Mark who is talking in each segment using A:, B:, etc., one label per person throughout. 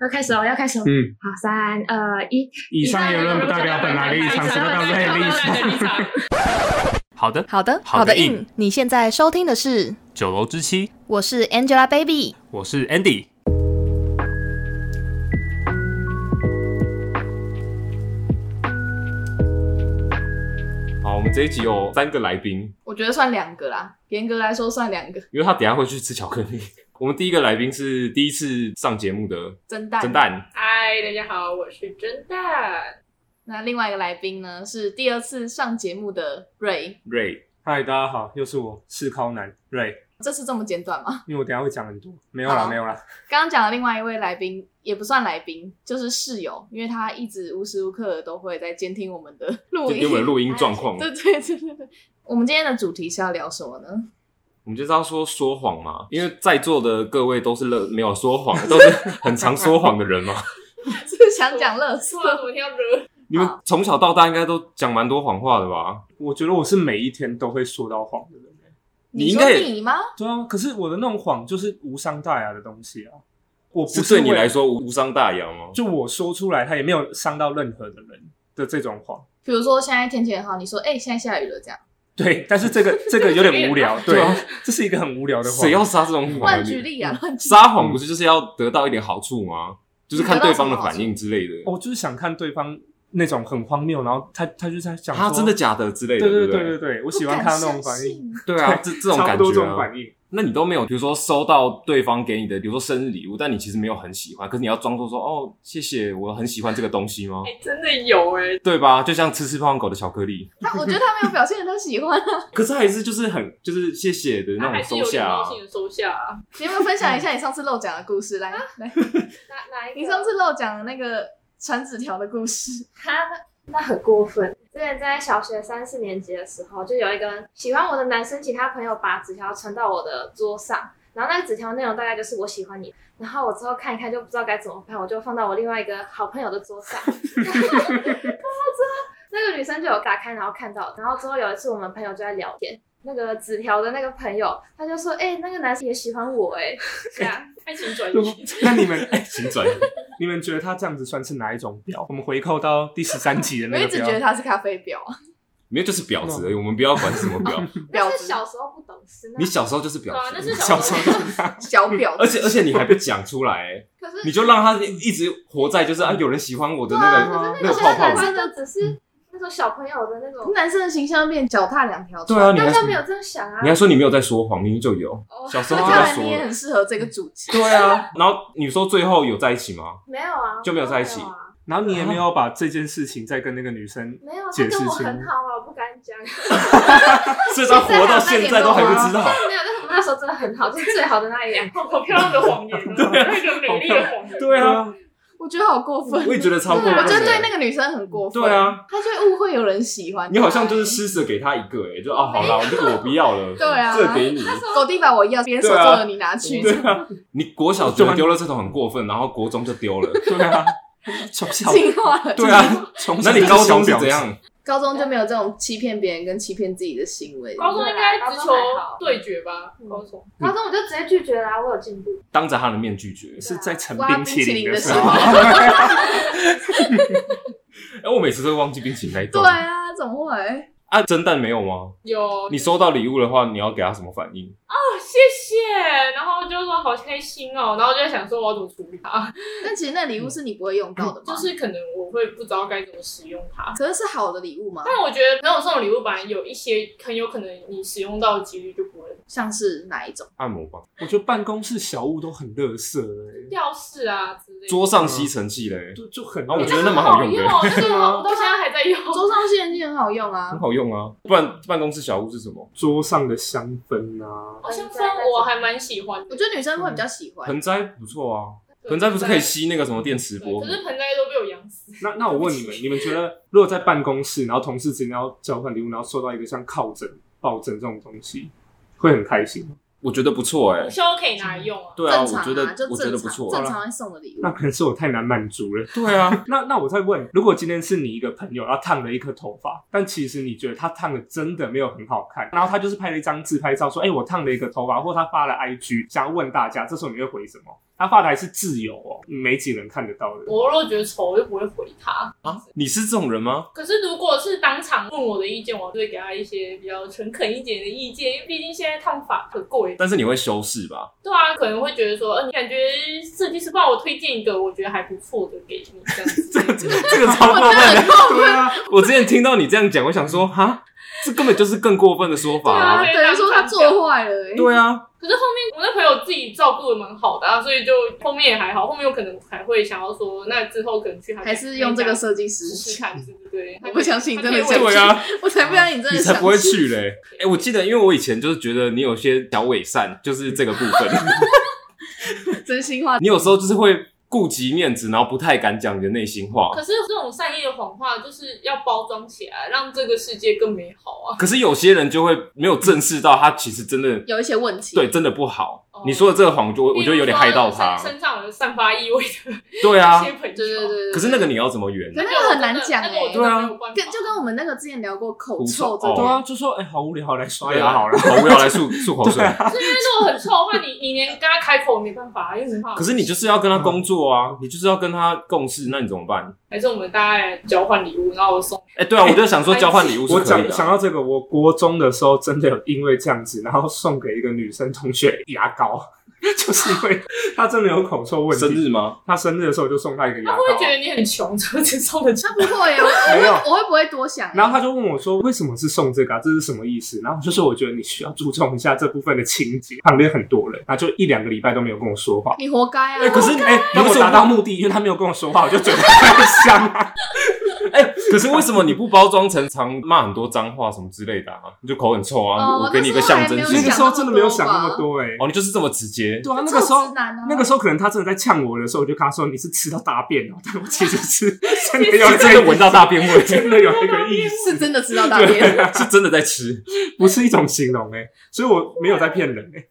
A: 要开始哦，要开始哦。
B: 嗯，
A: 好，三二一，
B: 以上言论不代表本台立场，不代表本 台立场。好的，
C: 好的，
B: 好的
C: 硬。
B: 硬
C: 你现在收听的是，
B: 九楼之妻，
C: 我是 Angelababy。
B: 我是 Andy。好，我们这一集有三个来宾，
D: 我觉得算两个啦，严格来说算两个。
B: 因为他等一下会去吃巧克力。我们第一个来宾是第一次上节目的
D: 蒸蛋，
B: 蒸。蛋，
E: 嗨，大家好，我是蒸蛋。
D: 那另外一个来宾呢是第二次上节目的瑞，
B: 瑞，
F: 嗨，大家好，又是我是康南瑞，
D: 这次这么简短吗？
F: 因为我等一下会讲很多，没有啦，
D: 好
F: 没有啦，
D: 刚刚讲的另外一位来宾也不算来宾，就是室友，因为他一直无时无刻都会在监听我们的录
B: 就
D: 音。
B: 给我们录音状况。
D: 对对对对对。我们今天的主题是要聊什么呢？
B: 我们就是要说说谎嘛，因为在座的各位都是乐没有说谎，都是很常说谎的人嘛。
D: 是想讲乐色
E: 哇，怎么跳惹？
B: 你们从小到大应该都讲蛮多谎话的吧？
F: 我觉得我是每一天都会说到谎的人。
B: 你
D: 你
B: 应
D: 说
B: 该也
D: 你吗？
F: 对啊，可是我的那种谎就是无伤大雅的东西啊，我不
B: 是
F: 是
B: 对你
F: 为
B: 来，说无无伤大雅吗？
F: 就我说出来，他也没有伤到任何的人的这种谎。
D: 比如说现在天气很好，你说哎、现在下雨了这样，
F: 对， 但是这个这个有点无聊，对
B: 对啊，
F: 这是一个很无聊的谎。
B: 谁要撒这种谎啊？
D: 乱举例啊，乱举例。
B: 撒谎不是就是要得到一点好处吗？就是看对方的反应之类的。
F: 我就是想看对方那种很荒谬，然后他他就在想说
B: 啊，真的假的之类的，
F: 对
B: 对
F: 对
B: 不
F: 对对对，我喜欢
D: 不
F: 看
D: 敢
F: 他那种
D: 相
F: 反应，
D: 信
B: 对啊，这这种
F: 差
B: 感
F: 不多这
B: 觉
F: 种
B: 啊
F: 反。应。
B: 那你都没有，比如说收到对方给你的，比如说生日礼物，但你其实没有很喜欢，可是你要装作说哦，谢谢，我很喜欢这个东西吗
E: 哎、？真的有哎、
B: 对吧？就像吃吃胖狗的巧克力，
D: 他我觉得他没有表现得他喜欢啊。
B: 可是还是就是很就是谢谢的
E: 他
B: 那
E: 还
B: 种
E: 是
B: 收
E: 有礼
B: 下、
E: 貌
B: 啊。
E: 性的收下啊。
D: 你有没有分享一下你上次漏讲的故事？来来，
E: 哪哪一个？
D: 你上次漏讲的那个传纸条的故事，
G: 他那那很过分。之前在小学三四年级的时候，就有一个喜欢我的男生，其他朋友把纸条传到我的桌上，然后那个纸条内容大概就是我喜欢你。然后我之后看一看，就不知道该怎么办，我就放到我另外一个好朋友的桌上。然 后那个女生就有打开，然后看到，然后之后有一次我们朋友就在聊天，那个纸条的那个朋友他就说：“哎、那个男生也喜欢我、哎，
E: 这样爱情转
F: 如
E: 移
F: 果。 那你们
B: 请转移，
F: 你们觉得他这样子算是哪一种表？我们回扣到第十三集的
D: 我
F: 那
D: 一
F: 个
D: 直觉得
F: 表，
D: 他是咖啡婊，
B: 没有就是婊子而已，我们不要管是什么 婊。
D: 婊
G: 但是
D: 子
G: 小时候不懂事。”那
B: 你小时候就是婊
E: 对啊，那
B: 子，
E: 是
F: 小
E: 时
F: 时
E: 候
F: 候
D: 小婊
B: 嗯而
D: 子。
B: 且而且你还不讲出来、
G: 可 是
B: 你就让他一直活在就是啊有人喜欢我的那个、
F: 对啊
B: 那
G: 而
B: 个
G: 且
B: 泡
G: 那
B: 泡
G: 男
B: 里。
G: 生就只是那种小朋友的那种，
D: 男生的形象变脚踏两条
B: 对啊，
D: 船，
B: 你
G: 大
B: 还
G: 家没有这样想啊
B: 你。还说你没有在说谎，明明就有，
G: 哦
B: 小时
D: 那
B: 候就
D: 看
B: 在
D: 来
B: 说
D: 啊你也
B: 了。
D: 很适合这个主题。
E: 嗯
B: 对啊，然后你说最后有在一起吗？
G: 没有啊，
B: 就没有在一起
G: 没有啊
F: 然后你也没有把这件事情再跟那个女生，
G: 没有啊，
F: 解
G: 他
F: 释
G: 跟我
F: 清
G: 很好啊，我不敢讲。
B: 所以他活到现在都还不知道。
G: 没有，但是我们那时候真的很好，就是最好的那一
B: 嗯
G: 两个。
E: 好漂亮的 谎言、啊，那个美丽的谎言。
B: 对啊，
D: 我觉得好过分，
B: 我也觉得超过分的。欸
D: 我觉得对那个女生很过分。
B: 对，啊，
D: 她就会误会有人喜欢她
B: 你好像就是施舍给他一个、欸，哎，就哦好 啦，这个我不要了，
D: 对啊
B: 这个给你。
D: 狗地把我要，别人手
B: 对啊
D: 做的你拿去。
B: 对啊，你国小觉得丢了这桶很过分，然后国中就丢 了，
F: 对啊，从小
D: 进化了，
B: 对啊，
F: 从
B: 那
F: 小
B: 你
F: 就是
B: 高
F: 小
B: 中是
F: 婊
B: 怎
F: 子，
B: 样？
D: 高中就没有这种欺骗别人跟欺骗自己的行为。
E: 高中应该直球对决吧？高中
G: 然后我就直接拒绝啊啦，我有进步。
B: 当着他的面拒绝。
F: 是在盛
D: 挖啊
F: 冰
D: 冰淇淋
F: 淋
D: 的
F: 时
D: 时
F: 候，
D: 候，
B: 哎，我每次都会忘记冰淇淋那一
D: 对
B: 段。
D: 啊，怎么会？
B: 啊，蒸蛋没有吗？
E: 有
B: 你收到礼物的话，你要给他什么反应？
E: 哦，谢谢，然后就说好开心哦，然后就在想说我要怎么处理它，
D: 但其实那礼物是你不会用到的嘛，
E: 嗯就是可能我会不知道该怎么使用它。
D: 可是是好的礼物吗？
E: 但我觉得朋友送的礼物，本来有一些很有可能你使用到的几率就不会。
D: 像是哪一种？
B: 按摩吧，
F: 我觉得办公室小物都很乐色哎，
E: 吊饰啊之类的。
B: 桌上吸尘器嘞，
F: 就就很，
B: 啊我觉得那蛮
E: 很
B: 好
E: 好
B: 用的
E: 用哦， 就是我我到现在还在用。
D: 桌上吸尘器很好用啊
B: 很，好用啊。不然办公室小物是什么？
F: 桌上的香氛 啊，
E: 好像分我还蛮喜欢
D: 我
E: 的，
D: 觉得女生会比较喜欢。
B: 盆栽不错啊，盆栽不是可以吸那个什么电磁
E: 对
B: 波
E: 可？是盆栽都被我养死。
F: 那那我问你们，你们觉得如果在办公室，然后同事之间要交换礼物，然后收到一个像靠枕、抱枕这种东西，会很开心吗？
B: 我觉得不错哎
E: 午。休可以拿来用啊。
B: 对啊，
D: 正
B: 我
D: 常
B: 觉
D: 啊，
B: 得
D: 就
B: 我觉得
D: 正
B: 不
D: 常，
B: 错。啊
D: 正常会送的礼物
F: 那。可能是我太难满足了。
B: 对啊，
F: 那那我再问，如果今天是你一个朋友，他烫了一颗头发，但其实你觉得他烫的真的没有很好看，然后他就是拍了一张自拍照，说：“哎、我烫了一个头发。”或他发了 IG，想要问大家，这时候你会回什么？他发台是自由哦，没几人看得到的。
E: 我若觉得丑，我就不会回他。
B: 啊，你是这种人吗？
E: 可是如果是当场问我的意见，我就会给他一些比较诚恳一点的意见，因为毕竟现在烫发很贵。
B: 但是你会修饰 吧？
E: 对啊，可能会觉得说，呃，你感觉设计师帮我推荐一个我觉得还不错的给你，这 样子。
B: 这个这个超过分的。
F: 对啊，
B: 我之前听到你这样讲，我想说，哈，这根本就是更过分的说法
E: 啊
B: 啊。
E: 对
A: 等于说他做坏了、欸。
B: 对啊，
E: 可是后 面我那朋友自己照顾的蛮好的啊，所以就后面也还好，后面有可能还会想要说，那之后可能去他
B: 啊
D: 还是用这个设计师
E: 试试看，对不对？
D: 我不相信你真的
E: 他可以
D: 想
E: 为
B: 对啊，
D: 我才不要你 真
B: 你
D: 的
B: 才
D: 想
B: 不会去嘞。哎、我记得，因为我以前就是觉得你有些小伪善，就是这个部分，
D: 真心话。
B: 你有时候就是会顾及面子，然后不太敢讲你的内心话。
E: 可是这种善意的谎话，就是要包装起来，让这个世界更美好啊！
B: 可是有些人就会没有正视到，他其实真的
D: 有一些问题，
B: 对真的不好。
E: 哦
B: 你说的这个谎，就我我觉得有点害到他
E: 比如说。身身上有散发异味的
B: 对啊
E: 一，些朋友，
D: 对对对对。
B: 可是那个你要怎么圆？啊
D: 可是那个很难讲哎、
E: 那个我
D: 欸，
E: 真的没有办法
D: 跟就跟我们那个之前聊过口
B: 狐
D: 臭
B: 臭
D: 这种，
F: 对
B: 哦
F: 啊，就说哎、好无聊，来刷
B: 对
F: 牙
B: 啊，
F: 好
B: 好
F: 了
B: 了，。啊好无聊，来漱漱 口水。
E: 就是因为如果很臭的话，你你连跟他开口没办法，因为没办法。
B: 可是你就是要跟他工作啊，你就是要跟他共事，那你怎么办？
E: 还是我们大家来交换礼物，然后我送。
B: 哎、对啊，我就想说交换礼物是
F: 我
B: 可以
F: 讲
B: 的
F: 想
B: 啊。
F: 到这个，我国中的时候真的有因为这样子，然后送给一个女生同学牙膏， 就是因为她真的有口臭问
B: 生
F: 题。
B: 日吗？
F: 她生日的时候我就送她一个牙
B: 啊
E: 他
F: 膏
E: 会不，会觉得你很穷， 所以只送了
D: 他不 会欸，我
F: 没有
D: 我会我会不会多想欸？
F: 然后她就问我说：“为什么是送这个、啊？这是什么意思？”然后我就说：“我觉得你需要注重一下这部分的情节。”旁边很多人，她就一两个礼拜都没有跟我说话。
D: 你活该啊！
B: 哎、可是哎，
F: 那
B: 那为
F: 我
B: 什
F: 达
B: 么
F: 到目的，因为她没有跟我说话，我就 嘴巴开香啊。
B: 哎、可是为什么你不包装成常骂很多脏话什么之类的啊？你就口很臭啊！
D: 哦
B: 我给你一个象征
D: 那时候还没有
F: 那
B: 性
F: 个时候真的没有想那么多哎、
B: 哦，你就是这么直接。
F: 对啊，那
D: 这
F: 个时候
D: 种直男啊，
F: 那个时候可能他真的在呛我的时候，我就跟他说：“你是吃到大便了。”但我其实是真的有
B: 是
F: 这
B: 真
F: 个
B: 的闻到大便味，
F: 真的有那个意思，
D: 是真的知道大便，
B: 是真的在吃。
F: 不是一种形容哎、所以我没有在骗人哎、
D: 你好过分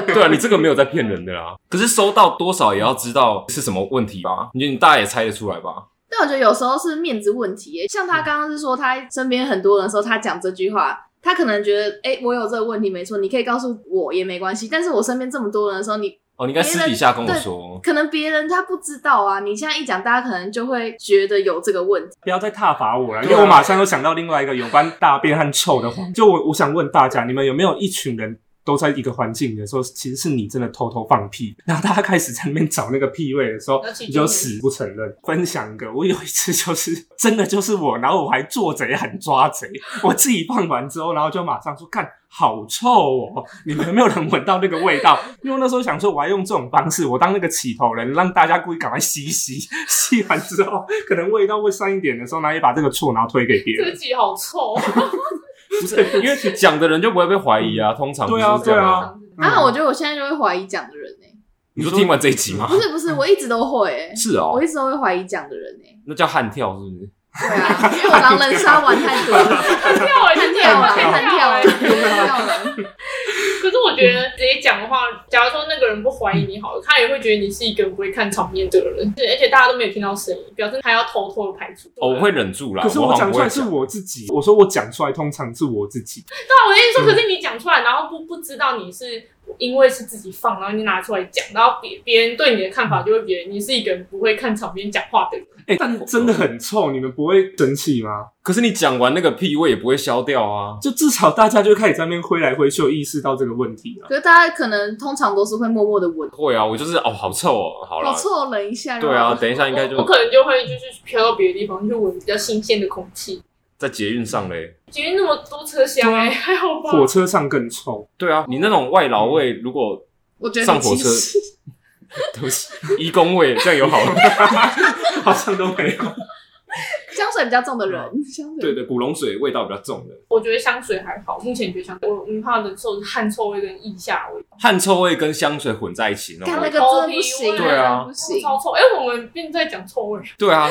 D: 哦、
B: 对啊，你这个没有在骗人的啦。可是收到多少也要知道是什么问题吧？你你大概也猜得出来吧？
D: 但我觉得有时候是面子问题耶、像
B: 嗯
D: 他刚刚是说他身边很多人的时候，他讲这句话。他可能觉得，哎、我有这个问题没错，你可以告诉我也没关系。但是我身边这么多人的时候，你
B: 哦，你应该私底下跟我说。
D: 可能别人他不知道啊，你现在一讲，大家可能就会觉得有这个问题。
F: 不要再挞伐我了，因
B: 对啊
F: 为我马上又想到另外一个有关大便和臭的话。就我我想问大家，你们有没有一群人都在一个环境的时候，其实是你真的偷偷放屁，然后大家开始在那边找那个屁味的时候
E: 要，起
F: 你就
E: 争议
F: 死不承认。分享一个，我有一次就是真的就是我，然后我还做贼喊抓贼， 我自己放完之后，然后就马上说看。好臭哦！你们有没有人闻到那个味道？因为我那时候想说，我还用这种方式，我当那个起头人，让大家故意赶快吸一 吸，吸完之后可能味道会散一点的时候，然后也把这个错然后推给别
E: 这个
F: 人。
E: 集好臭。哦
B: 不是，因为讲的人就不会被怀疑啊。通常不
F: 对
B: 是
F: 啊，
B: 这
F: 对
B: 样啊。
F: 啊。
D: 啊，
F: 嗯
D: 我觉得我现在就会怀疑讲的人哎、
B: 你说听完这一集吗
D: 不？是不是，我一直都会、欸，
B: 是哦
D: 我，一直都会怀疑讲的人 哎、
B: 那叫悍跳是不是？
D: 对啊，因为我狼人杀玩太多 了，
E: 跳哎，
D: 太
E: 真的
D: 跳了，
E: 太
D: 太
E: 跳
D: 跳
E: 了
B: 欸
D: 了，。太跳了。
E: 可是我觉得直接讲的话，假如说那个人不怀疑你好了，他也会觉得你是一个不会看场面的人，对而且大家都没有听到声音，表示他要偷偷的排除。
B: 哦，我会忍住啦。
F: 可是
B: 我
F: 我
B: 好像
F: 讲
B: 不
F: 出
B: 会
F: 来是我自己，我说我讲出来通常是我自己，
E: 对啊，我跟你说，可是你讲出来，然后不不知道你是因为是自己放，然后你拿出来讲，然后别别人对你的看法就会觉得你是一个不会看场面讲话的人。
F: 哎、但是真的很臭，你们不会生气吗？
B: 可是你讲完那个屁味也不会消掉啊。
F: 就至少大家就开始在那边挥来挥去，有意识到这个问题啊了。
D: 可是大家可能通常都是会默默的闻，
B: 会啊，我就是哦，好臭哦，好
D: 我
B: 啦。
D: 错了一下，
B: 对
D: 然
B: 啊，
D: 后
B: 等一下应该
E: 我我
B: 就
E: 可能就会就是飘到别的地方去闻比较新鲜的空气。
B: 在捷运上嘞。
E: 前面那么多车厢
B: 啊
E: 哎、还好吧？
F: 火车上更臭，
B: 对啊，你那种外劳味，如
D: 嗯
B: 果
D: 我觉得
B: 上
D: 你
B: 火
D: 其
B: 车
D: 实
B: 对不起，移工味这样有 好吗？
F: 好像都没有。
D: 香水比较重的人，香水
B: 对对，古龙水味道比较重的，
E: 我觉得香水还好，目前觉得香水我我怕的受是汗臭味跟腋下味，
B: 汗臭味跟香水混在一起那
D: 干
B: 种
D: 那
B: 味
D: 个
B: 道。
D: 真的不行，
E: 头皮味
B: 对啊
D: 不行，
E: 超臭。哎、我们变在讲臭 味，
B: 对啊，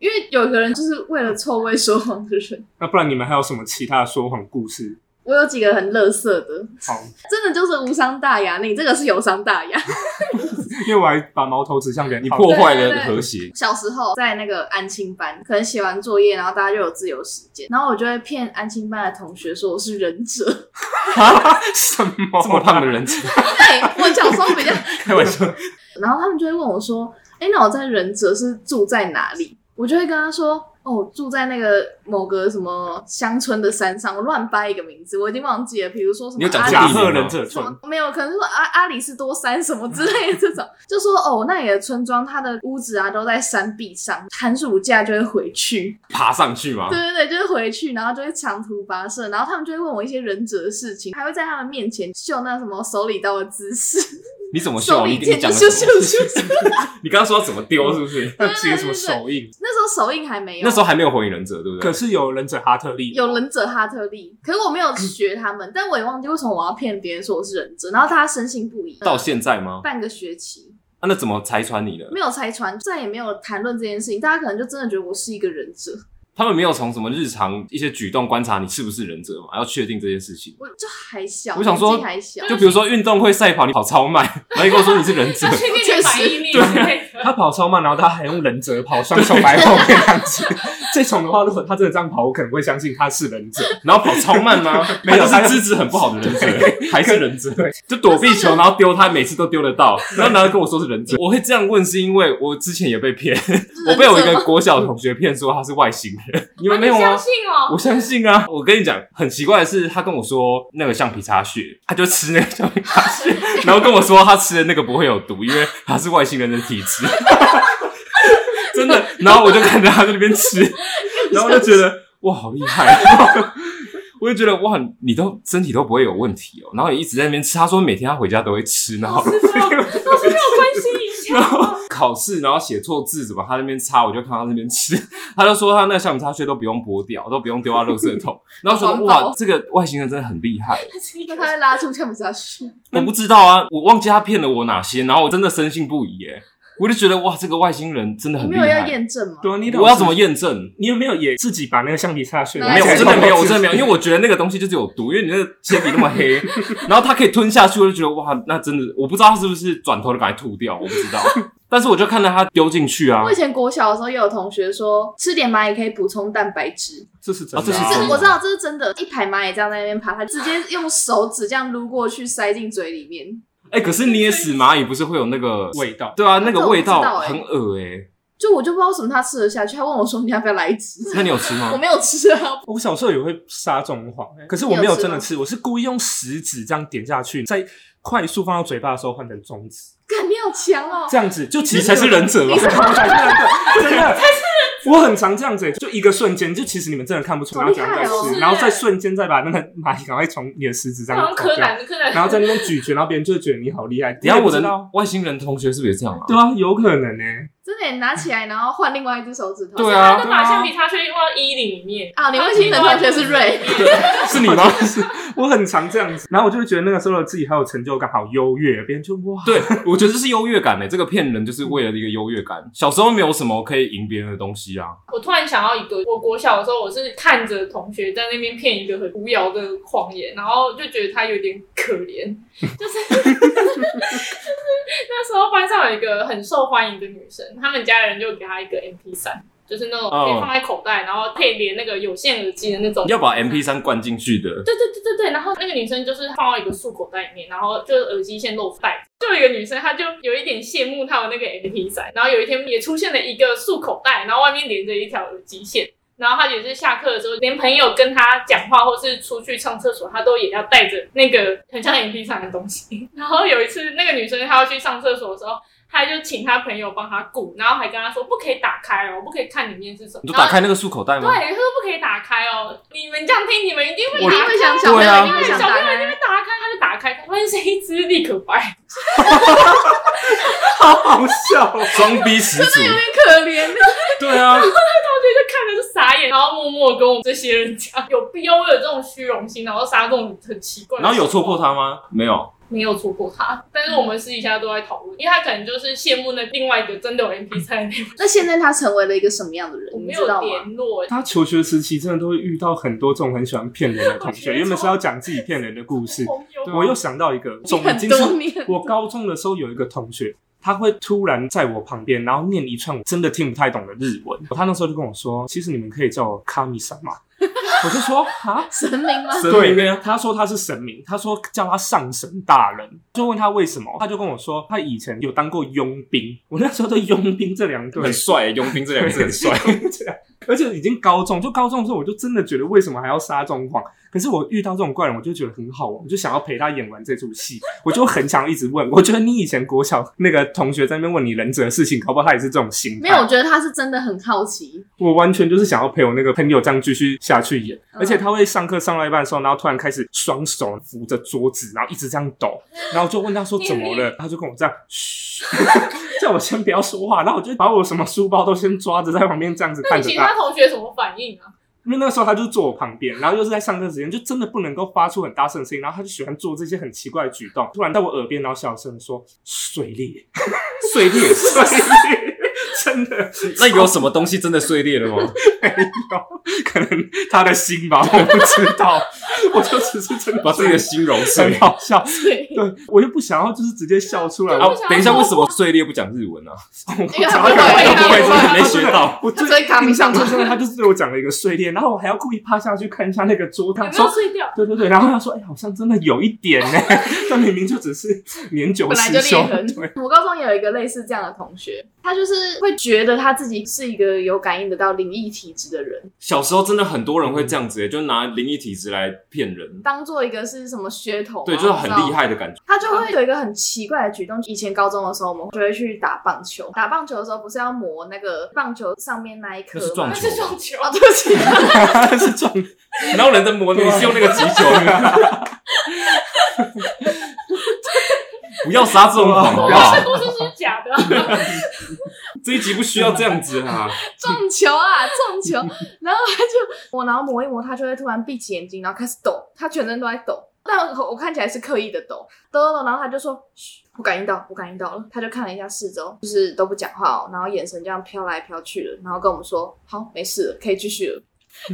D: 因为有一个人就是为了臭味说谎的人。
F: 那不然你们还有什么其他的说谎故事？
D: 我有几个很乐色的，
F: 好，
D: 真的就是无伤大雅。你这个是有伤大雅，
F: 因为我还把矛头指向人，
B: 你破坏了
D: 对
B: 和谐。
D: 小时候在那个安亲班，可能写完作业，然后大家就有自由时间，然后我就会骗安亲班的同学说我是忍者。
F: 什么？
B: 这么胖的人，
D: 对，哎我小时候比较，
F: 开玩笑，
D: 然后他们就会问我说：“哎，那我在忍者是住在哪里？”我就会跟他说：“哦，住在那个某个什么乡村的山上。”我乱掰一个名字，我已经忘记了，比如说什么
B: 你有讲
D: 阿
B: 出
D: 里
F: 假
B: 地
F: 贺
B: 名
F: 忍
B: 吗
F: 者
D: 什
F: 村
D: 么没有，可能说阿阿里士多山什么之类的这种，就说哦，那里的村庄，它的屋子啊都在山壁上，寒暑假就会回去，
B: 爬上去吗？
D: 对对对，就是回去，然后就会长途跋涉，然后他们就会问我一些忍者的事情，还会在他们面前秀那什么手里刀的姿势，
B: 你怎么
D: 手
B: 秀？你
D: 里
B: 你
D: 剑就
B: 讲的
D: 咻
B: 什
D: 咻
B: 么？
D: 咻咻，
B: 你刚刚说要怎么丢，是不是？
F: 是一个什么手印？
D: 那时候手印还没有，
B: 那时候还没有火影忍者，对不对
F: 可？是有忍者哈特利，
D: 有忍者哈特利，可是我没有学他们，但我也忘记为什么我要骗别人说我是忍者，然后大家深信不疑，
B: 到现在吗？
D: 半个学期。
B: 啊那怎么拆穿你的？
D: 没有拆穿，再也没有谈论这件事情，大家可能就真的觉得我是一个忍者，
B: 他们没有从什么日常一些举动观察你是不是忍者嘛？要确定这件事情。
D: 我就还小，
B: 我想说
D: 年纪还 小，
B: 就比如说运动会赛跑，你跑超 慢，然后你跟我说你是忍者
E: 要，确定你的反应力之类的。
F: 他跑超慢，然后他还用忍者跑，双手摆后面这样 子。这种的话，如果他真的这样跑，我可能会相信他是忍者。
B: 然后跑超慢吗？
F: 没有
B: 他就是资质很不好的忍 者，还是忍者
F: 对，
B: 就躲避球，然后丢他，每次都丢得 到，然后然后跟我说是忍者。我会这样问是因为我之前也被骗， 我被我一个国小同学骗说他是外星 人，你们没有
E: 你
B: 吗
E: 相？信哦，
B: 我相信啊，我跟你讲，很奇怪的是，他跟我说那个橡皮擦屑，他就吃那个橡皮擦屑，然后跟我说他吃的那个不会有毒，因为他是外星人的体质， 真的。然后我就看着他在那边吃，然后我就觉得哇，好厉害！ 我就觉得哇，你都身体都不会有问题哦。然后也一直在那边吃，他说每天他回家都会吃，然后
E: 老师没有关心一下
B: 然。后考试，然后写错字怎么他那边擦，我就看他那边吃， 他就说他那个橡皮擦屑都不用剥掉，都不用丢到垃圾 桶。然后说
D: 环保
B: 哇，这个外星人真的很厉害，
D: 那他会拉出跳不下去，
B: 我不知道啊，我忘记他骗了我哪些，然后我真的深信不疑耶，我就觉得哇，这个外星人真的
D: 你
B: 很
D: 没
B: 厉
D: 有要
B: 害。
D: 验证吗？
F: 对啊，你
B: 我要怎么？验证？
F: 你有没有也自己把那个橡皮擦屑？
D: 没
B: 没
D: 有
B: 有，我真的没有，我真的没有，因为
F: 为
B: 我觉得那个东西就是有毒，因为你那个铅笔那么 黑，然后它可以吞下去，我就觉得哇，那真的，我不知道他是不是转头就赶快吐掉，我不知道。但是我就看到他丢进去啊
D: 我以，前国小的时候也有同学说，吃点蚂蚁可以补充蛋白质，
F: 这是真
B: 啊这
F: 的
B: 是
F: 啊，
B: 真
D: 这
B: 的
D: 我知道这是真的。一排蚂蚁这样在那边爬，他直接用手指这样撸过去，塞进嘴里面，
B: 哎、可是捏死蚂蚁不是会有那个
F: 味道。
B: 对啊，那
D: 这
B: 个
D: 我
B: 味
D: 不知道
B: 道
D: 欸
B: 很恶哎、
D: 就我就不知道为什么他吃得下去。他问我说：“你要不要来一只
B: 那你有吃？”
D: 我
B: 吗？
D: 没有吃啊，
F: 我小时候也会杀中黄、可是我没有真的吃，我是故意用食指这样点下去，在快速放到嘴巴的时候换成中指，
D: 干你好强哦！
F: 这样子就其
B: 你
F: 实
B: 才是忍者吧
F: 你？是我才是忍者，真的。我很常这样子、就一个瞬间，就其实你们真的看不出来，
D: 好
F: 然后
D: 厉害哦
F: 这样在
E: 是
F: 吃，
E: 耶
F: 然后再瞬间再把那个蚂蚁赶快从你的食指这
E: 好
F: 样
E: 像柯
F: 抠掉，
E: 南，柯南，
F: 然后在那边咀嚼，然后别人就会觉得你好厉害。
B: 等一下
F: 你也
B: 我
F: 不
B: 的
F: 知道，
B: 外星人同学是不是也这样啊？
F: 对啊，有可能呢、
D: 真的拿起来，然后换另外一只手指头。
B: 对
E: 他
B: 啊
E: 就，把橡皮擦屑用到衣领里面，
D: 啊，你外星人同学是瑞，
B: 是你吗？
F: 我很常这样子，然后我就会觉得那个时候的自己好有成就感，好优越，别人就哇，
B: 对，我觉得这是优越感哎、这个骗人就是为了一个优越感。小时候没有什么可以赢别人的东西啊，
E: 我突然想到一个，我国小的时候，我是看着同学在那边骗一个很无聊的谎言，然后就觉得他有点可怜，就是 就是那时候班上有一个很受欢迎的女生，他们家人就给她一个 MP 三，就是那种可以放在口袋，然后可以连那个有线耳机的那种，
B: 哦
E: 嗯
B: 要把 MP 三灌进去的。
E: 对对对对对，然后那个女生就是放到一个束口袋里面，然后就是耳机线露带。就有一个女生，她就有一点羡慕她的那个 MP 仔，然后有一天也出现了一个束口袋，然后外面连着一条耳机线。然后她也是下课的时候，连朋友跟她讲话或是出去上厕所，她都也要带着那个很像 MP 仔的东西。 然后有一次，那个女生她要去上厕所的时候，她就请她朋友帮她顾，然后还跟她说不可以打开哦，不可以看里面是什么。
B: 你就
E: 然
B: 打
E: 后
B: 开那个束口袋吗？
E: 对，他说不可以打开哦。你们这样听，你们一定会
D: 我一定会想
E: 打开
D: 小朋
B: 对啊
D: 友，一定会想
E: 小
D: 打
E: 朋友一定
D: 开
E: 会。打开，他就打开，发现是一只立可白。
F: 好好笑哦、
B: 装逼十足。
D: 可怜，
B: 对啊，
E: 同学就看着就傻眼，然后默默跟我们这些人讲， 有必要为了这种虚荣心，然后杀这种很奇怪的
B: 然后有
E: 手
B: 错
E: 段
B: 过他吗？没有。
E: 没有错过他，但是我们私底下都在讨论，因为他可能就是羡慕那另外一个真的有 MP 三的那个，
D: 那现在他成为了一个什么样的人？
E: 我
D: 你
E: 没
D: 知
E: 有
D: 道吗？
E: 联络。
F: 他求学时期真的都会遇到很多这种很喜欢骗人的同
E: 我觉
F: 学，
E: 得
F: 原本是要讲自己骗人的故事，
E: 朋友
F: 我又想到一个，总已
D: 很
F: 经是
D: 多年，
F: 我高中的时候有一个同学，他会突然在我旁边，然后念一串我真的听不太懂的日文。他那时候就跟我说，其实你们可以叫我卡米桑嘛。我就说啊，
D: 神明吗？
B: 神
F: 对
B: 明
F: 呀，他说他是神明，他说叫他上神大人，就问他为什么，他就跟我说他以前有当过佣兵，我那时候对佣兵这两个
B: 很帅、欸，佣兵这两个字很 帅。
F: 啊而且已经高中，就高中的时候，我就真的觉得为什么还要杀中况？可是我遇到这种怪人，我就觉得很好玩，我就想要陪他演完这出戏，我就很想一直问。我觉得你以前国小那个同学在那边问你忍者的事情，搞不好他也是这种心态。
D: 没有，我，觉得他是真的很好 奇，
F: 我完全就是想要陪我那个朋友这样继续下去演。而且他会上课上到一半的时候，然后突然开始双手扶着桌子，然后一直这样抖，然后我就问他说怎么了，他就跟我这样，嘘， 叫我先不要说话，然后我就把我什么书包都先抓着在旁边这样子
E: 那
F: 看
E: 你
F: 着
E: 其
F: 他
E: 他。同学什么反应啊？
F: 因为那个时候他就坐我旁边，然后又是在上课时间，就真的不能够发出很大声的声音，然后他就喜欢做这些很奇怪的举动，突然在我耳边，然后小声地说：“碎裂，
B: 碎裂，
F: 碎裂，真的
B: 那有什么东西真的碎裂了吗？
F: 没有，可能他的 心吧，我不知道，我就只是真的
B: 把自己的心揉碎
F: 很。好笑，
D: 对，
F: 对我又不想要就是直接笑出来，
E: 对
F: 我
B: 啊，等一下，为什么碎裂不讲日文啊？
D: 因为他
F: 我
D: 不
F: 讲到
D: 会，啊
E: 他不会
B: 真的没学到。
F: 我最
D: 所以卡米
F: 印象
D: 上
F: 最
D: 就
F: 深的，他就是对我讲了一个碎裂，然后我还要故意趴下去看一下那个桌，
E: 有
F: 他
E: 没
F: 说
E: 有碎掉？
F: 对对对，然后他说：“哎、好像真的有一点呢、 但明明就只是年久
D: 本来
F: 失
D: 就
F: 修
D: 裂。痕
F: 对，
D: 我高中也有一个类似这样的同学，他就是会觉得他自己是一个有感应得到灵异体质的人，
B: 小时候真的很多人会这样子、
D: 嗯
B: 欸，就拿灵异体质来骗人，
D: 当做一个是什么噱头啊，
B: 对，就是很
D: 你知道吗
B: 厉害的感觉。
D: 他就会有一个很奇怪的举动。以前高中的时候，我们就会去打棒球。打棒球的时候，不是要磨那个棒球上面那一颗
B: 那是
D: 吗
B: 撞
E: 那
B: 球
E: 是撞球，
D: 哦，对不起，
F: 是撞
B: 然后人在磨，你是用那个急球，不要杀这种谎好不好
E: 这？故事是假的啊。
B: 这一集不需要这样子啦。
D: 撞球啊，撞球。然后他就我，然后磨一磨，他就会突然闭起眼睛，然后开始抖，他全身都在抖。但我看起来是刻意的抖，抖抖抖，然后他就说：“嘘，我感应到，我感应到了。”他就看了一下四周，就是都不讲话、哦，然后眼神这样飘来飘去的，然后跟我们说：“好，没事了，可以继续了。”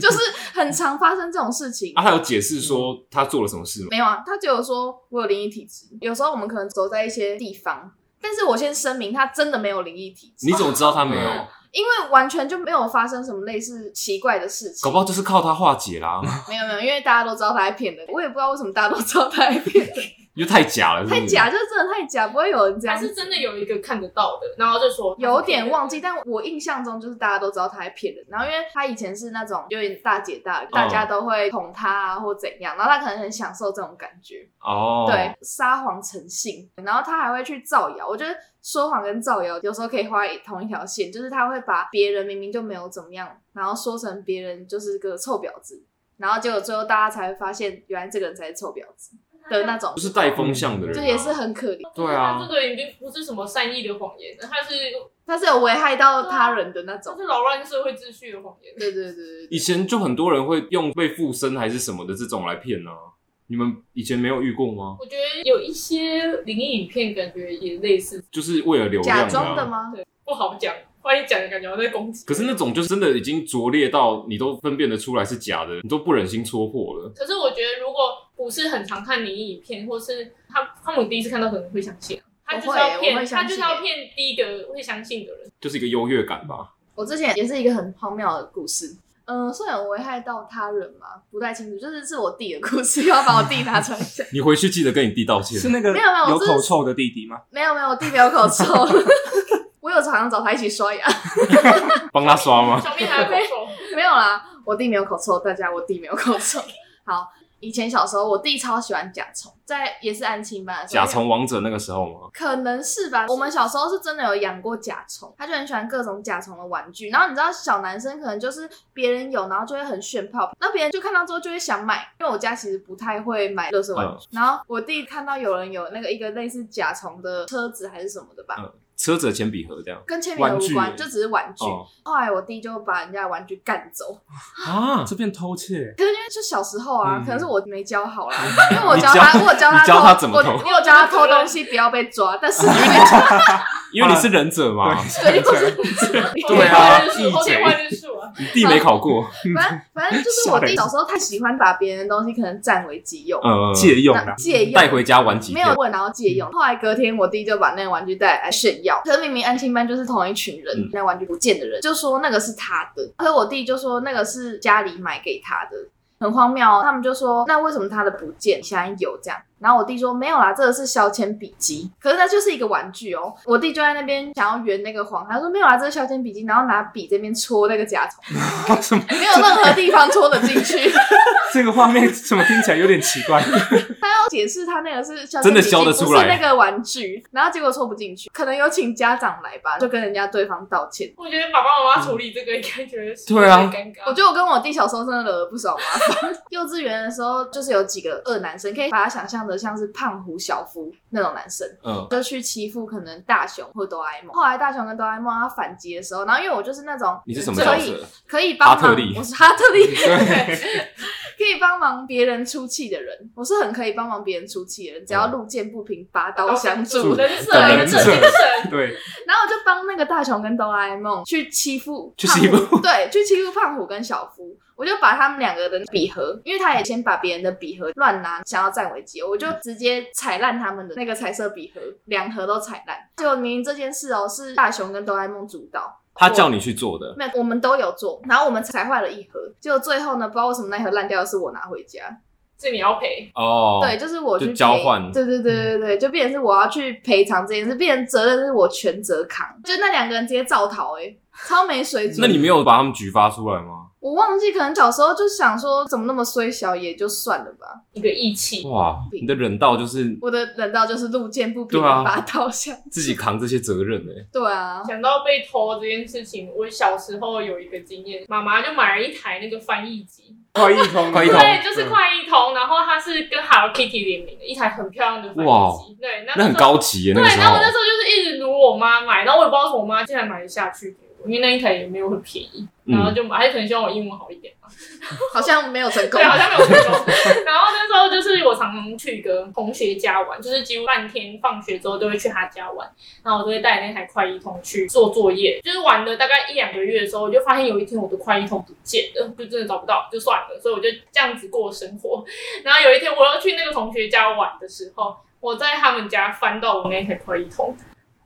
D: 就是很常发生这种事情
B: 啊，。他有解释说他做了什么事吗？
D: 没有啊，他只有说我有灵异体质。有时候我们可能走在一些地方，但是我先声明，他真的没有灵异体质
B: 你，怎么知道他没有？
D: 因为完全就没有发生什么类似奇怪的事情
B: 搞。不好就是靠他化解啦，
D: 没有没有，因为大家都知道他在骗人，我也不知道为什么大家都知道他在骗
B: 嗯
D: 人，
B: 因为太假了，是不是
D: 太假，就是真的太假，不会有人这样
E: 还。是真的有一个看得到的，然后就说
D: 有点忘记，但我印象中就是大家都知道他在骗人。然后因为他以前是那种有点大姐大，大
B: 嗯
D: 家都会捧他啊或怎样，然后他可能很享受这种感觉。
B: 哦。
D: 对，，撒谎成性，然后他还会去造谣。我觉得说谎跟造谣有时候可以画一同一条线，就是他会把别人明明就没有怎么样，然后说成别人就是个臭婊子，然后结果最后大家才会发现，原来这个人才是臭婊子的那种
B: 就，是带风向的人、啊，
D: 这也是很可怜。
B: 对啊
E: 这个已经不是什么善意的谎言了，它是
D: 他是有危害到他人的那
E: 它
D: 种。
E: 是扰乱社会秩序的谎言。
D: 对对对对
B: 以
D: 对，
B: 前就很多人会用被附身还是什么的这种来骗啊。你们以前没有遇过吗？
E: 我觉得有一些灵异影片，感觉也类似，
B: 就是为了流量、
D: 假
B: 啊、
D: 装的吗？
E: 不好讲，万一讲了感觉我在攻击。
B: 可是那种就真的已经拙劣到你都分辨得出来是假的，你都不忍心戳破了。
E: 可是我觉得，如果不是很常看灵异影片，或是他他们第一次看到，可能会相信啊。他就是
D: 我
E: 要
D: 会我
E: 骗，
D: 会相信
E: 他就是要骗第一个会相信 的人。
B: 就是一个优越感吧。
D: 我之前也是一个很荒谬的故事。嗯，虽然有危害到他人嘛，不太清楚，就是是我弟的故事，要把我弟拿出来讲。
B: 你回去记得跟你弟道歉。
F: 是那个
D: 没有没有
F: 有
D: 我真的
F: 口臭的弟弟吗？
D: 没有没有，我弟没有口臭。 我有常常找他一起刷牙，
B: 帮他刷吗？
E: 小面还有口臭，
D: 没有啦，我弟没有口臭，大家我弟没有口臭。好，以前小时候我弟超喜欢甲虫，在也是安亲班的时候，
B: 甲虫王者那个时候吗？
D: 可能是吧。我们小时候是真的有养过甲虫，他就很喜欢各种甲虫的玩具。然后你知道小男生可能就是别人有，然后就会很炫泡，那别人就看到之后就会想买，因为我家其实不太会买
B: 嗯
D: 乐色玩具。然后我弟看到有人有那个一个类似甲虫的车子还是什么的吧。
B: 嗯车子的铅笔盒这样。
D: 跟铅笔
B: 玩
D: 盒
B: 具
D: 无关，就只是玩具。
B: 哦
D: 后来我弟就把人家的玩具干走，
B: 嗯
F: 啊，这变偷窃，
D: 可是因为就小时候啊，
F: 嗯
D: 可能是我没教 好啦，因为我教
B: 你
D: 他，
B: 教
D: 我有教他
B: 你教他怎么
D: 我
B: 偷
D: 我有教他偷东西不要被抓，但是对，
B: 因为你是忍者嘛，
E: 哎
F: 对，
B: 对啊
E: 后天
B: 义
E: 换日数啊，
B: 你弟没考过，
D: 反正反正就是我弟小时候太喜欢把别人的东西可能占为己有，
B: 呃，
F: 借用
D: 那
F: 的，
D: 借用啊
B: 带回家玩几
D: 没
B: 天
D: 有。问，然后借用。后来隔天，我弟就把那个玩具带来炫耀。可是明明安亲班就是同一群人，
B: 嗯
D: 那玩具不见的人就说那个是他的，可是我弟就说那个是家里买给他的，很荒谬哦。他们就说那为什么他的不见，现在有这样？然后我弟说没有啦，这个是削铅笔机，可是那就是一个玩具哦。我弟就在那边想要圆那个谎，他说没有啦，这是削铅笔机，然后拿笔这边戳那个夹头，
F: 什么？
D: 没有任何地方戳得进去。
F: 这个画面怎么听起来有点奇怪？
D: 他要解释他那个是削
B: 真的
D: 铅笔
B: 削
D: 机
B: 得
D: 不
B: 出
D: 是
B: 来
D: 那个玩具，然后结果戳不进去，可能有请家长来吧，就跟人家对方道歉。
E: 我觉得爸爸妈妈处理这个应该觉得是
B: 对啊
E: 有点尴尬。
D: 我觉得我跟我弟小时候真的惹了不少麻烦。幼稚园的时候，就是有几个恶男生，可以把他想象的像是胖虎小夫那种男生，
B: 嗯，
D: 就去欺负可能大雄或哆啦 A 梦。后来大雄跟哆啦 A 梦他反击的时候，然后因为我就是那种
B: 你是什么
D: 可
B: 角
D: 以
B: 色？
D: 可以帮
B: 哈特
D: 忙
B: 利，
D: 我是哈特 利，
B: 对
D: 可以帮忙别人出气的人，我是很可以帮忙别人出气的人，只要路见不平拔刀相助。
E: 人设
B: 对
E: 人设
F: 人设
E: 精神，
F: 对，
D: 然后我就帮那个大雄跟哆啦 A 梦去欺负
F: 去
D: 胖
F: 欺负
D: 虎， 对，去欺负胖虎跟小夫。我就把他们两个的笔盒，因为他也先把别人的笔盒乱拿，想要占为己有，我就直接踩烂他们的那个彩色笔盒，两盒都踩烂。结果明明这件事哦是大雄跟哆啦 A 梦主导，
B: 他叫你去做的，
D: 没有，我们都有做，然后我们才坏了一盒，结果最后呢，不知道为什么那一盒烂掉的是我拿回家，
E: 是你要赔。
B: 哦，
D: 对，，就是我去
B: 就
D: 赔
B: 交换嗯
D: 对对对对对，就变成是我要去赔偿这件事，变成责任是我全责扛，就那两个人直接造逃、欸，超没水准。
B: 那你没有把他们举发出来吗？
D: 我忘记，可能小时候就想说，怎么那么衰小也就算了吧，
E: 一个义气，
B: 哇，你的忍道就是
D: 我的忍道就是路见不平
B: 对啊
D: 拔刀相，
B: 自己扛这些责任呢。欸
D: 对啊，
E: 想到被偷这件事情，我小时候有一个经验，妈妈就买了一台那个翻译机，
F: 快一通，
B: 快译通
E: 对，就是快译通，然后它是跟 Hello Kitty 联名的一台很漂亮的翻
B: 哇
E: 译机，对，那
B: 那很
E: 时候
B: 高级欸耶，那
E: 对，
B: 个时
E: 然后我那时
B: 候
E: 候就是一直努我妈买，然后我也不知道为什么我妈竟然买得下去给我，因为那一台也没有很便宜，
B: 嗯
E: 然后就买，她可能希望我英文好一点吧，
D: 好像没有成功
E: 对，。
B: 啊
E: 好像没有成功。然后那时候就是我常常去一个同学家玩，就是几乎半天放学之后都会去他家玩，然后我都会带那台快译通去做作业，就是玩了大概一两个月的时候，我就发现有一天我的快译通不见了，就真的找不到，就算了，所以我就这样子过生活。然后有一天我要去那个同学家玩的时候，我在他们家翻到我那台快译通，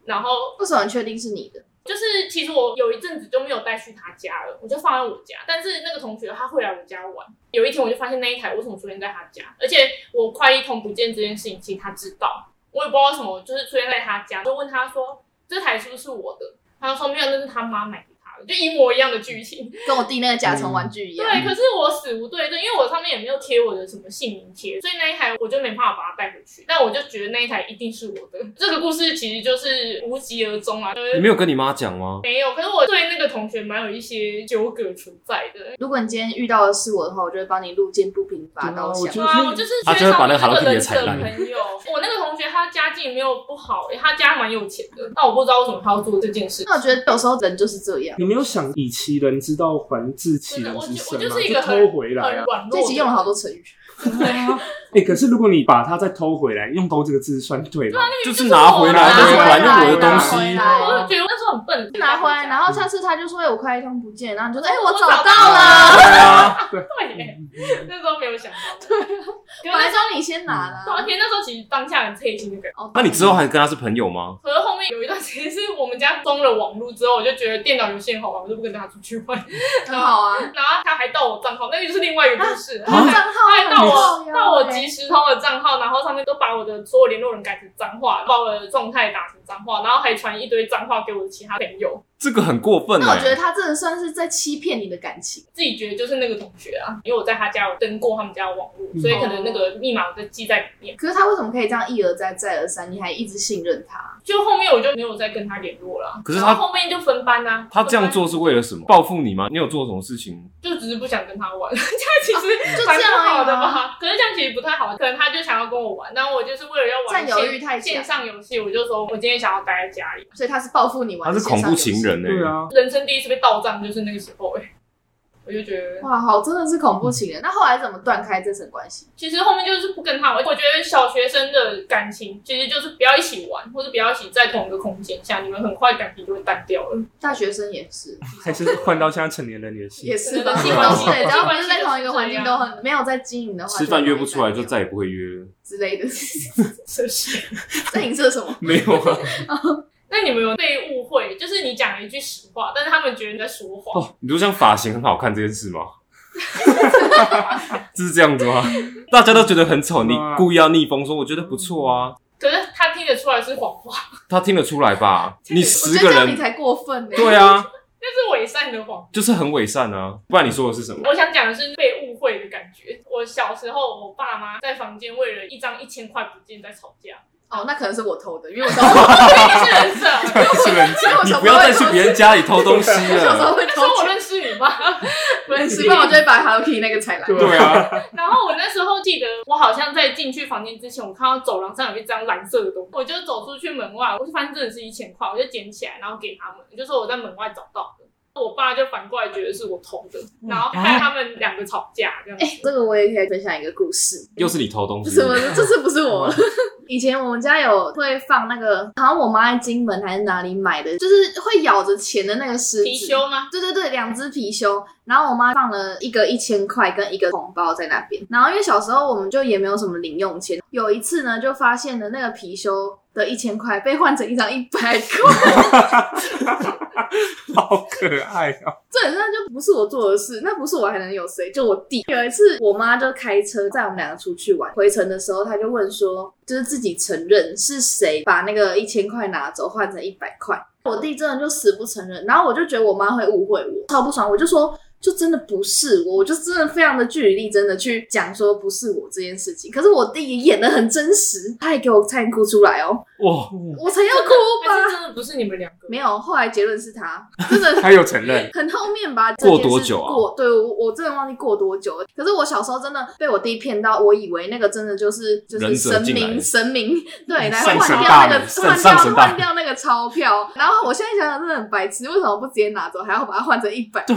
E: 然后
D: 为什么你确定是你的？
E: 就是其实我有一阵子就没有带去他家了，我就放在我家。但是那个同学他会来我家玩，有一天我就发现那一台为什么出现在他家，而且我快一通不见这件事情，其实他知道，我也不知道为什么，就是出现在他家，就问他说这台是不是我的？他就说没有，那是他妈买给他的，就一模一样的剧 情。
D: 跟我弟那个甲虫玩具
B: 嗯
D: 一样。
E: 对，可是我死无对证，因为我上面也没有贴我的什么姓名贴，所以那一台我就没办法把它带回去。但我就觉得那一台一定是我的。这个故事其实就是无疾而终啊，就是
B: 你没有跟你妈讲吗？
E: 没有，可是我对那个同学蛮有一些纠葛存在的。
D: 如果你今天遇到的是我的话，我就会帮你路见不平拔刀相。
F: 对
E: 对啊，我就是
B: 他就
E: 缺
B: 会
E: 少
B: 把那
E: 那
B: 个 Hello
E: 个
B: Kitty
E: 人
B: 踩
E: 的
B: 烂
E: 朋友。我那个同学他家境没有不好、欸他家蛮有钱的，但我不知道为什么他要做这件事。
D: 那我觉得有时候人就是这样。
F: 你嗯没有想以其人之道还治其
E: 真的，
F: 人
E: 我
F: 之
E: 就
F: 身
E: 我
F: 吗？
E: 就是一个很
F: 啊偷回来
E: 很
F: 啊！
E: 软弱的
D: 这
E: 人。
D: 集用了好多成语，
F: 哎、可是如果你把它再偷回来，用偷这个字算对吗？
B: 就是拿回
D: 啊
B: 来，
E: 拿
B: 但是
E: 回
B: 啊反正
E: 来
B: 我的东
D: 拿回
B: 西
D: 来
E: 对，我就觉得那时候很笨，
D: 拿回来，然后下次他就说：“哎，我快一通不见。”然后你就说：“哎，
E: 哦我
D: 我
E: 找
D: 找
E: 到
D: 到了。
F: 对啊，
E: 对耶，那时候没有想到。对”
D: 本来
E: 那时
D: 说你先拿
E: 候，而
D: 的。
E: 且啊那时候其实当下很贴心的感觉。
D: 哦
B: 啊那你之后还跟他是朋友吗？
E: 可是后面有一段时间是我们家装了网络之后，我就觉得电脑游戏很好玩，我就不跟他出去玩。
D: 很好啊，
E: 然后他还盗我账号，那个就是另外一个故事。
D: 账号
E: 他还盗我
D: 很重要
E: 盗我
D: 欸
E: 即时通的账号，然后上面都把我的所有联络人改成脏话，把我的状态打成脏话，然后还传一堆脏话给我的其他朋友。
B: 这个很过分、欸。
D: 那我觉得他真的算是在欺骗你的感情。
E: 自己觉得就是那个同学啊，因为我在他家有登过他们家的网络，所以可能那个密码我就记在里面。
D: 可是他为什么可以这样一而再再而三，你还一直信任他？
E: 就后面我就没有再跟他联络了。
B: 可是
E: 然
B: 他
E: 后后面就分班啊。
B: 他这样
E: 分班
B: 做是为了什么？报复你吗？你有做什么事情？
E: 就只是不想跟他玩， 这样其实
D: 啊就
E: 蛮
D: 这样
E: 不好的
D: 而已
E: 吧？可是这样其实不太好，可能他就想要跟我玩，但我就是为了要玩
D: 占有欲太强
E: 线线上游戏，我就说我今天想要待在家里。
D: 所以他是报复你玩
B: 他是恐怖情人欸呢、
F: 对啊，
E: 人生第一次被盗账就是那个时候哎、欸我就觉得
D: 哇，好，真的是恐怖情人。那后来怎么断开这层关系？
E: 其实后面就是不跟他玩。我觉得小学生的感情其实就是不要一起玩，或者不要一起在同一个空间下，你们很快感情就会淡掉了。
D: 大学生 也是，
F: 还是换到现在成年人也是。
D: 也是
E: 人
D: 吧，都
E: 际
B: 关
D: 是
B: 系
D: 对，只要不是在
E: 人际关系
D: 同一个环境，
E: 就是这样
D: 都很没有在经营的话，
B: 吃饭
D: 就
B: 约
D: 容易
B: 不出来就
D: 淡
B: 再也不会约了。
D: 之类的。
E: 是不是？
D: 那你是什么？
B: 没有啊，
E: 那你们有被误会，就是你讲了一句实话，但是他们觉得你在说谎。
B: 哦，你就像发型很好看这件 事吗？就是这样子吗？大家都觉得很丑，你故意要逆风说我觉得不错啊，
E: 可是他听得出来是谎话，
B: 他听得出来吧？你
D: 我觉
B: 十
D: 得
B: 个
D: 这样你
B: 人，
D: 才过分呢。欸
B: 对啊，
E: 那是伪善的谎。
B: 就是很伪善啊。不然你说的是什么？
E: 我想讲的是被误会的感觉。我小时候，我爸妈在房间为了一张一千块不见在吵 架，
D: 哦，那可能是我偷的，因 为我小时候，
E: 这是人设。
B: 是人
D: 因为 我
B: 你
D: 小
B: 不
D: 时候
B: 要
D: 会
B: 再去别人家里偷东西
D: 我小时候
B: 了。
D: 会
E: 那时
D: 偷
E: 候我
D: 钱，
E: 认识你 吗？
D: 不然吃饭我就会把 Hello Kitty 那个踩烂。
B: 对啊，
E: 然后我那时候记得，我好像在进去房间之前，我看到走廊上有一张蓝色的东西，我就走出去门外，我就发现真的是一千块，我就捡起来，然后给他们，就说我在门外找到的。我爸就反过来觉得是我偷的，然后害他们两个吵架这样子。
D: 嗯啊哎，这个我也可以分享一个故事。
B: 又是你偷东西
D: 什，么？这次不是我。以前我们家有会放那个，好像我妈在金门还是哪里买的，就是会咬着钱的那个狮子。
E: 貔貅吗？
D: 对对对，两只貔貅，然后我妈放了一个一千块跟一个红包在那边。然后因为小时候我们就也没有什么零用钱，有一次呢就发现了那个貔貅的一千块被换成一张一百块，
F: 好可爱哦、
D: 这很像就不是我做的事，那不是我还能有谁？就我弟。有一次我妈就开车载我们两个出去玩，回程的时候她就问说，就是自己承认是谁把那个一千块拿走换成一百块。我弟真的就死不承认，然后我就觉得我妈会误会我，超不爽，我就说就真的不是我，我就真的非常的据理力争的去讲说不是我这件事情。可是我弟也演的很真实，他还给我差点哭出来哦，
B: 哇，
D: 我才要哭
E: 还
D: 吧？
E: 是真的不是你们两个？
D: 啊没有，后来结论是他，真的
F: 他有 承认，
D: 很后面吧？
B: 过多久啊
D: 过对我我真的忘记过多久了。可是我小时候真的被我弟骗到，我以为那个真的就是就
B: 忍
D: 是
B: 者
D: 神
B: 进来
D: 明神明 对来换
F: 上神
D: 掉
F: 大
D: 那个
F: 人
B: 上
D: 换
B: 上
D: 掉
B: 神大人
D: 换掉那个钞票。然后我现在想想真的很白痴，为什么不直接拿走，还要把它换成一 百？
F: 对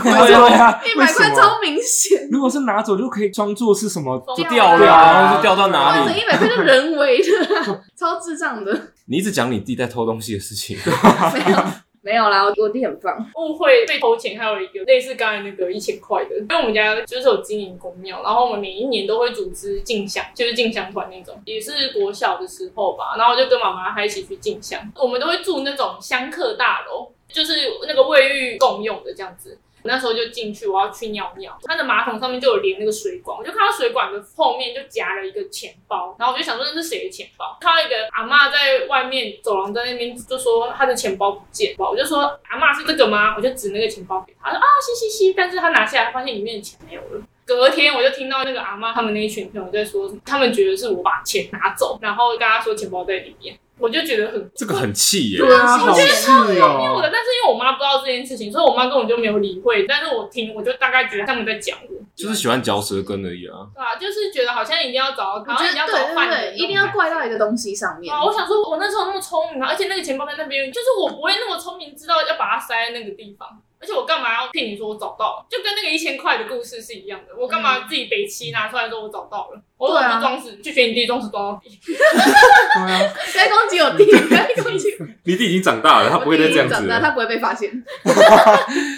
F: 啊，
D: 一百
F: 为什
D: 块
F: 么？
D: 超明显，
F: 如果是拿走就可以装作是什么？
B: 就掉了啊，然后就掉到哪
D: 换成
B: 里？
D: 一百块就人为的，超智障的，
B: 你一直讲你弟在偷东西的 事情，
D: 没有。没有啦，我我弟很棒，
E: 误会被偷钱，还有一个类似刚才那个一千块的，因为我们家就是有经营公庙，然后我们每一年都会组织进香，就是进香团那种，也是国小的时候吧，然后就跟妈妈还一起去进香，我们都会住那种香客大楼，就是那个卫浴共用的这样子。那时候就进去，我要去尿尿，它的马桶上面就有连那个水管，我就看到水管的后面就夹了一个钱包，然后我就想说那是谁的钱包？看到一个阿嬷在外面走廊在那边就说她的钱包不见了，我就说阿嬷是这个吗？我就指那个钱包给她，她说啊嘻嘻嘻，但是她拿下来发现里面的钱没有了。隔天我就听到那个阿嬷他们那一群朋友在说，他们觉得是我把钱拿走，然后跟她说钱包在里面，我就觉得很
B: 这个很气耶。
F: 对啊，好气
E: 因为我
F: 哦、
E: 的，但是因为我妈不知道这件事情，所以我妈根本就没有理会。但是我听，我就大概觉得他们在讲我，
B: 就是喜欢嚼舌根而已啊。
E: 对啊，就是觉得好像一定要找到，
D: 我
E: 好
D: 觉
E: 像一定要
D: 得对
E: 找到
D: 对
E: 犯
D: 对，
E: 人，
D: 一定要。怪到一个东西上面。
E: 啊！我想说，我那时候那么聪明，而且那个钱包在那边，就是我不会那么聪明，知道要把它塞在那个地方。而且我干嘛要骗你说我找到了？就跟那个一千块的故事是一样的。我干嘛自己北七拿出来说我找到了？我怎
D: 对
E: 么
D: 啊
E: 装死？去学你弟装死装到底。
F: 对啊，
D: 不要攻击我 弟，不要攻击我弟，
B: 你弟已经长大了，他不会再这样子
D: 长大
B: 了。
D: 他不会被发现。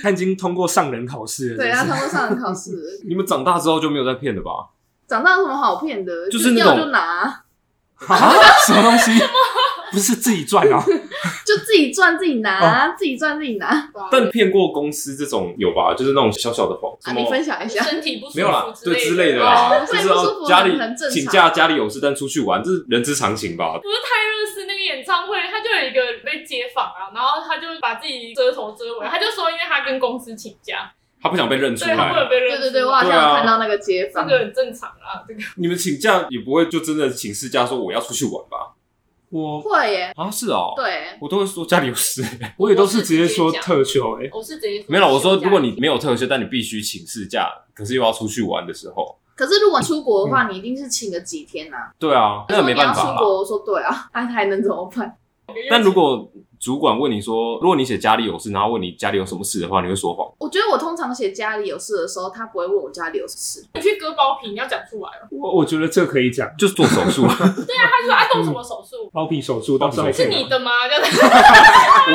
F: 他已经通过上人考试了，
D: 对啊他
F: 真
D: 通过上人考试，
B: 你们长大之后就没有再骗了吧？
D: 长大有什么好骗的？
B: 就是是那
D: 要
B: 种
D: 就拿，
F: 是啊什么东西？不是自己赚哦。
D: 就自己赚自己拿，自己赚自己拿啊！
B: 但骗过公司这种有吧？就是那种小小的谎，什
D: 啊你
B: 么
D: 分享一下，
E: 身体不舒服
B: 没有啦，对之类的
D: 哦
B: 啦，就
D: 会
B: 是
D: 不舒服
B: 哦家里
D: 很很正常
B: 请假，家里有事但出去玩，这是人之常情吧？
E: 不是泰勒斯那个演唱会，他就有一个被街访啊，然后他就把自己遮头遮
D: 嗯
E: 尾，他就说因为他跟公司请假，
B: 他不想被认出
E: 对他不
B: 来。
E: 能被认
D: 对
E: 出来
D: 对对，我好
B: 对
D: 像
B: 啊
D: 有看到那个街
E: 这
D: 坊，
E: 个很正常啊，这个
B: 你们请假也不会就真的请事假说我要出去玩吧？
F: 我
D: 会耶，
B: 啊，是哦，
D: 对，
B: 我都会说家里有事。
F: 我也都是直接说
E: 我是直接讲
F: 特休哎、欸
E: 我是直接
B: 没有啦，我说如果你没有特休，但你必须请事假，可是又要出去玩的时候，
D: 可是如果出国的话，你一定是请个几天呐、啊。
B: 对啊，嗯那
D: 如果
B: 没
D: 你要
B: 办法
D: 出
B: 啦。
D: 国，我说对啊， 那还能怎么办？
B: 但如果主管问你说，如果你写家里有事，然后问你家里有什么事的话，你会说谎。
D: 我觉得我通常写家里有事的时候，他不会问我家里 有事，
E: 你去割包皮，你要讲出来哦。
F: 我我觉得这可以讲，
B: 就是做手 术，我
E: 对啊，他就说啊动什么手术？
F: 包皮手术到时候
E: 哦
F: 啊
E: 是你的 吗？这样子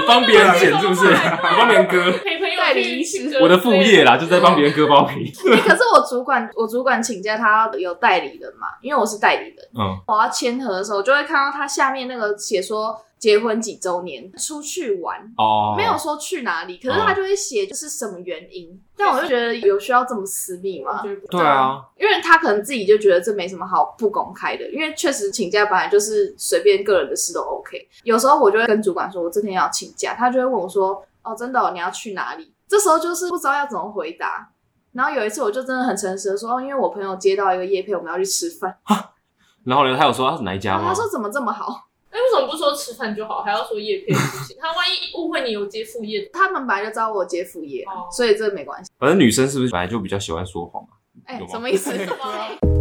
B: 帮别人剪是不是？我帮别人割，
E: 陪朋友
D: 代理
E: 去
D: 医师
E: 去割
B: 我的副业啦，就是在帮别人割包皮。
D: 欸可是我主管，我主管请假，他有代理人嘛，因为我是代理人，
B: 嗯，
D: 我要签合的时候，我就会看到他下面那个写说结婚几周年，出去玩。
B: 哦，
D: 没有说去哪里，可是他就会写就是什么原因，但我就觉得有需要这么私密吗？
E: 对不对
B: 对啊，
D: 因为他可能自己就觉得这没什么好不公开的，因为确实请假本来就是随便个人的事都 OK。有时候我就会跟主管说，我这天要请假，他就会问我说，哦，真的哦、你要去哪里？这时候就是不知道要怎么回答。然后有一次我就真的很诚实的说，哦，因为我朋友接到一个叶配，我们要去吃饭，
B: 然后呢，他有说他是哪一家
D: 然后
B: 吗
D: 哦他？说怎么这么好？
E: 那哎为什么不说吃饭就好，还要说叶片事情？他万一误会你有接副业，
D: 他们本来就知道我接副业，
E: 哦
D: 所以这没关系。
B: 反正女生是不是本来就比较喜欢说谎啊？
D: 哎、
B: 有吗
D: 什么意思？
E: 什么？